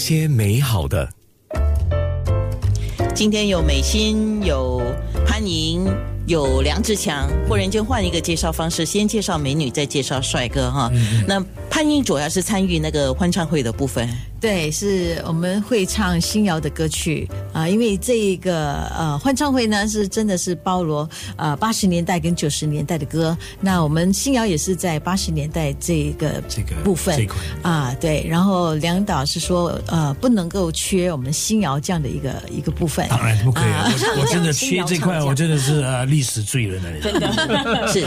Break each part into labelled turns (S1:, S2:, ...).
S1: 些美好的。
S2: 今天有美心，有潘宁，有梁志强，或人间换一个介绍方式，先介绍美女，再介绍帅哥哈。那潘宁主要是参与那个欢唱会的部分，
S3: 对，是我们会唱新谣的歌曲啊、因为这一个呃欢唱会呢是真的是包罗呃八十年代跟九十年代的歌，那我们新谣也是在八十年代这一个
S4: 这个
S3: 部分
S4: 这一块
S3: 啊，对，然后梁导是说呃不能够缺我们新谣这样的一个一个部分，
S4: 当 然不可以了，
S3: 啊
S4: 我我真的缺这块，我真的是啊历史罪人了。真的，
S2: 是，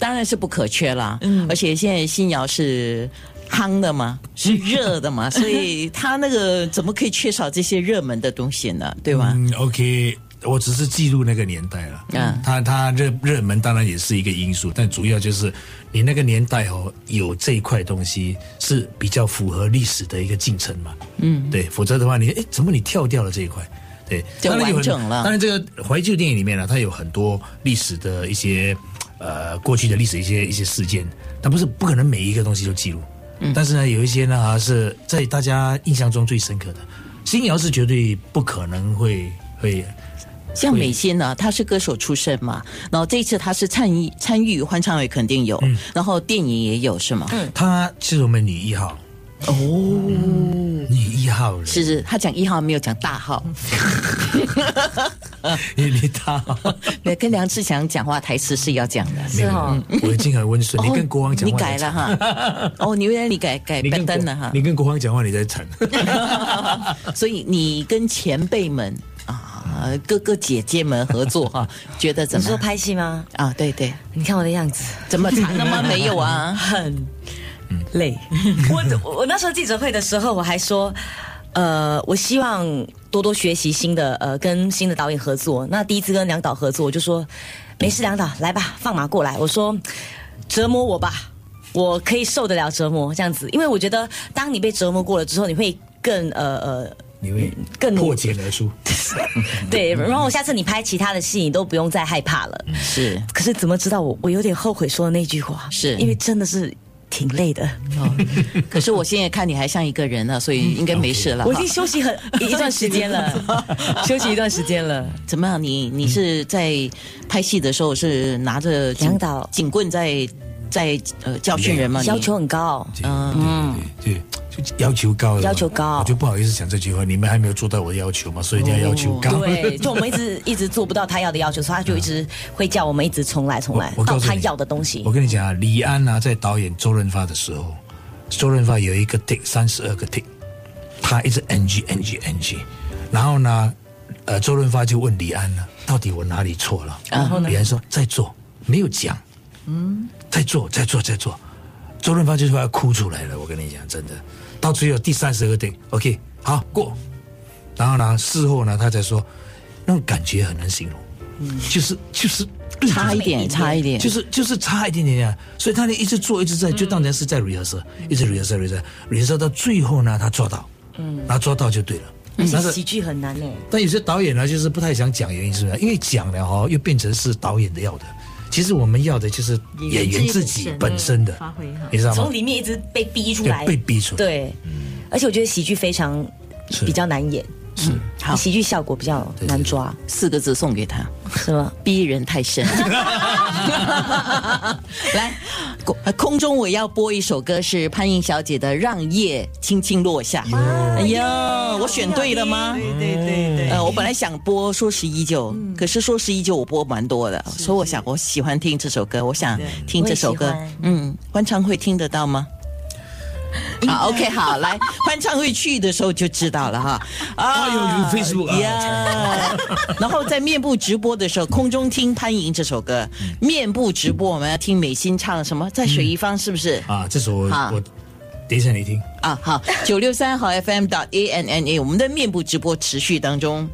S2: 当然是不可缺啦。嗯，而且现在新谣是。夯的嘛，是热的嘛，所以他那个怎么可以缺少这些热门的东西呢？对吧？
S4: 嗯，OK。我只是记录那个年代了，
S2: 嗯
S4: 嗯，它它热热门当然也是一个因素，但主要就是你那个年代哦，有这一块东西是比较符合历史的一个进程嘛，嗯，对，否则的话你哎怎么你跳掉了这一块？对，
S2: 就
S4: 当然有
S2: 完
S4: 很
S2: 整了
S4: 当然，这个怀旧电影里面呢，它有很多历史的一些呃过去的历史一些一些事件，它不是不可能每一个东西都记录，
S2: 嗯
S4: 但是呢，有一些呢还是在大家印象中最深刻的。新谣是绝对不可能会会
S2: 像
S4: 会
S2: 美心呢，她是歌手出身嘛，然后这一次她是参与参与欢唱会肯定有，然后电影也有是吗？
S4: 她是我们女一号哦，女一号人，
S2: 是是，她讲一号没有讲大号，
S4: 你你她，
S2: 对，跟梁志强讲话台词是要讲的。
S4: 没有
S3: 哦，
S4: 我已经很温顺。你跟国王讲话，
S2: 哦你改了。哈，哦，你原来你改改
S4: 你
S2: 拜
S4: 跟国
S2: 登了哈，
S4: 你跟国王讲话，你在惨。
S2: 所以你跟前辈们啊，哥哥姐姐们合作哈，觉得怎
S5: 你
S2: 么
S5: 说
S2: 样？
S5: 拍戏吗？
S2: 啊，对对，
S5: 你看我的样子，
S2: 怎么惨了吗？没有 啊，
S5: 很累。我我我那时候记者会的时候，我还说，呃，我希望多多学习新的呃，跟新的导演合作。那第一次跟梁导合作，我就说，没事，梁导来吧，放马过来。我说，折磨我吧，我可以受得了折磨这样子，因为我觉得当你被折磨过了之后，你会更呃呃
S4: 你会
S2: 嗯
S5: 更
S4: 破茧而出，
S5: 对，然后下次你拍其他的戏，你都不用再害怕了。
S2: 是
S5: 可是怎么知道我我有点后悔说的那句话，
S2: 是
S5: 因为真的是挺累的，
S4: 嗯
S2: 可是我现在看你还像一个人呢，啊所以应该没事了哈。
S5: 我已经休息 很一段时间了，休息一段时间了。
S2: 怎么样？你你是在拍戏的时候是拿着警
S5: 两导
S2: 警棍在在呃教训人吗？你
S5: 要求很高，
S4: 嗯，对对对，就要求高了嘛，
S5: 要求高
S4: 我就不好意思讲这句话，你们还没有做到我的要求嘛，所以一定要要求高。
S5: 对，就我们一直一直做不到他要的要求，所以他就一直会叫我们一直重来重来
S4: 我我告
S5: 到
S4: 诉你
S5: 他要的东西
S4: 我。跟你讲啊，李安啊，在导演周润发的时候，周润发有一个 take 三十二个 take，他一直 NG NG NG，然后呢，呃，周润发就问李安呢，到底我哪里错了？然后呢，李安说在做，没有讲，嗯，在做，在做，在做。周润发就是快要哭出来了，我跟你讲，真的，到最后第三十二 take，OK，、好过。然后呢，事后呢，他才说，那种感觉很难形容，就是就是
S2: 嗯差一点，差一点，
S4: 就是就是差一点点啊，所以他一直做一直在，
S5: 嗯
S4: 就当然是在 rehearsal，、一直 rehearsal rehearsal rehearsal 到最后呢，他抓到，嗯，他抓到就对了。
S5: 而且
S4: 但是
S5: 喜剧很难呢，欸
S4: 但有些导演呢，就是不太想讲，原因是不是？因为讲了哦，又变成是导演的要的。其实我们要的就是演员自己本身的
S3: 发挥哈
S4: 你知道吗
S5: 从？里面一直被逼出来
S4: 对，，被逼出来。嗯
S5: 对，而且我觉得喜剧非常
S4: 是
S5: 比较难演，嗯
S2: 好
S5: 喜剧效果比较难抓，
S2: 四个字送给他：
S5: 是吗？
S2: 逼人太深。来，空空中我要播一首歌，是潘颖小姐的《让夜轻轻落下》。哎呀，我选对了吗？
S3: 对对对
S2: 呃，我本来想播《说十一九》，
S5: 嗯
S2: 可是《说十一九》我播蛮多的，所以我想我喜欢听这首歌，我想听这首
S5: 我
S2: 歌
S5: 也喜欢。
S2: 嗯，欢唱会听得到 吗？好，OK，好，来欢唱会去的时候就知道了哈。啊
S4: 哎呦有 Facebook 啊
S2: 呀！然后在面部直播的时候，空中听潘迎这首歌，面部直播我们要听美心唱什么？在水一方是不是？
S4: 啊，这首我
S2: 好
S4: 我等一下你听。
S2: 啊，好，九六三好 FM 点 A N N A，我们的面部直播持续当中。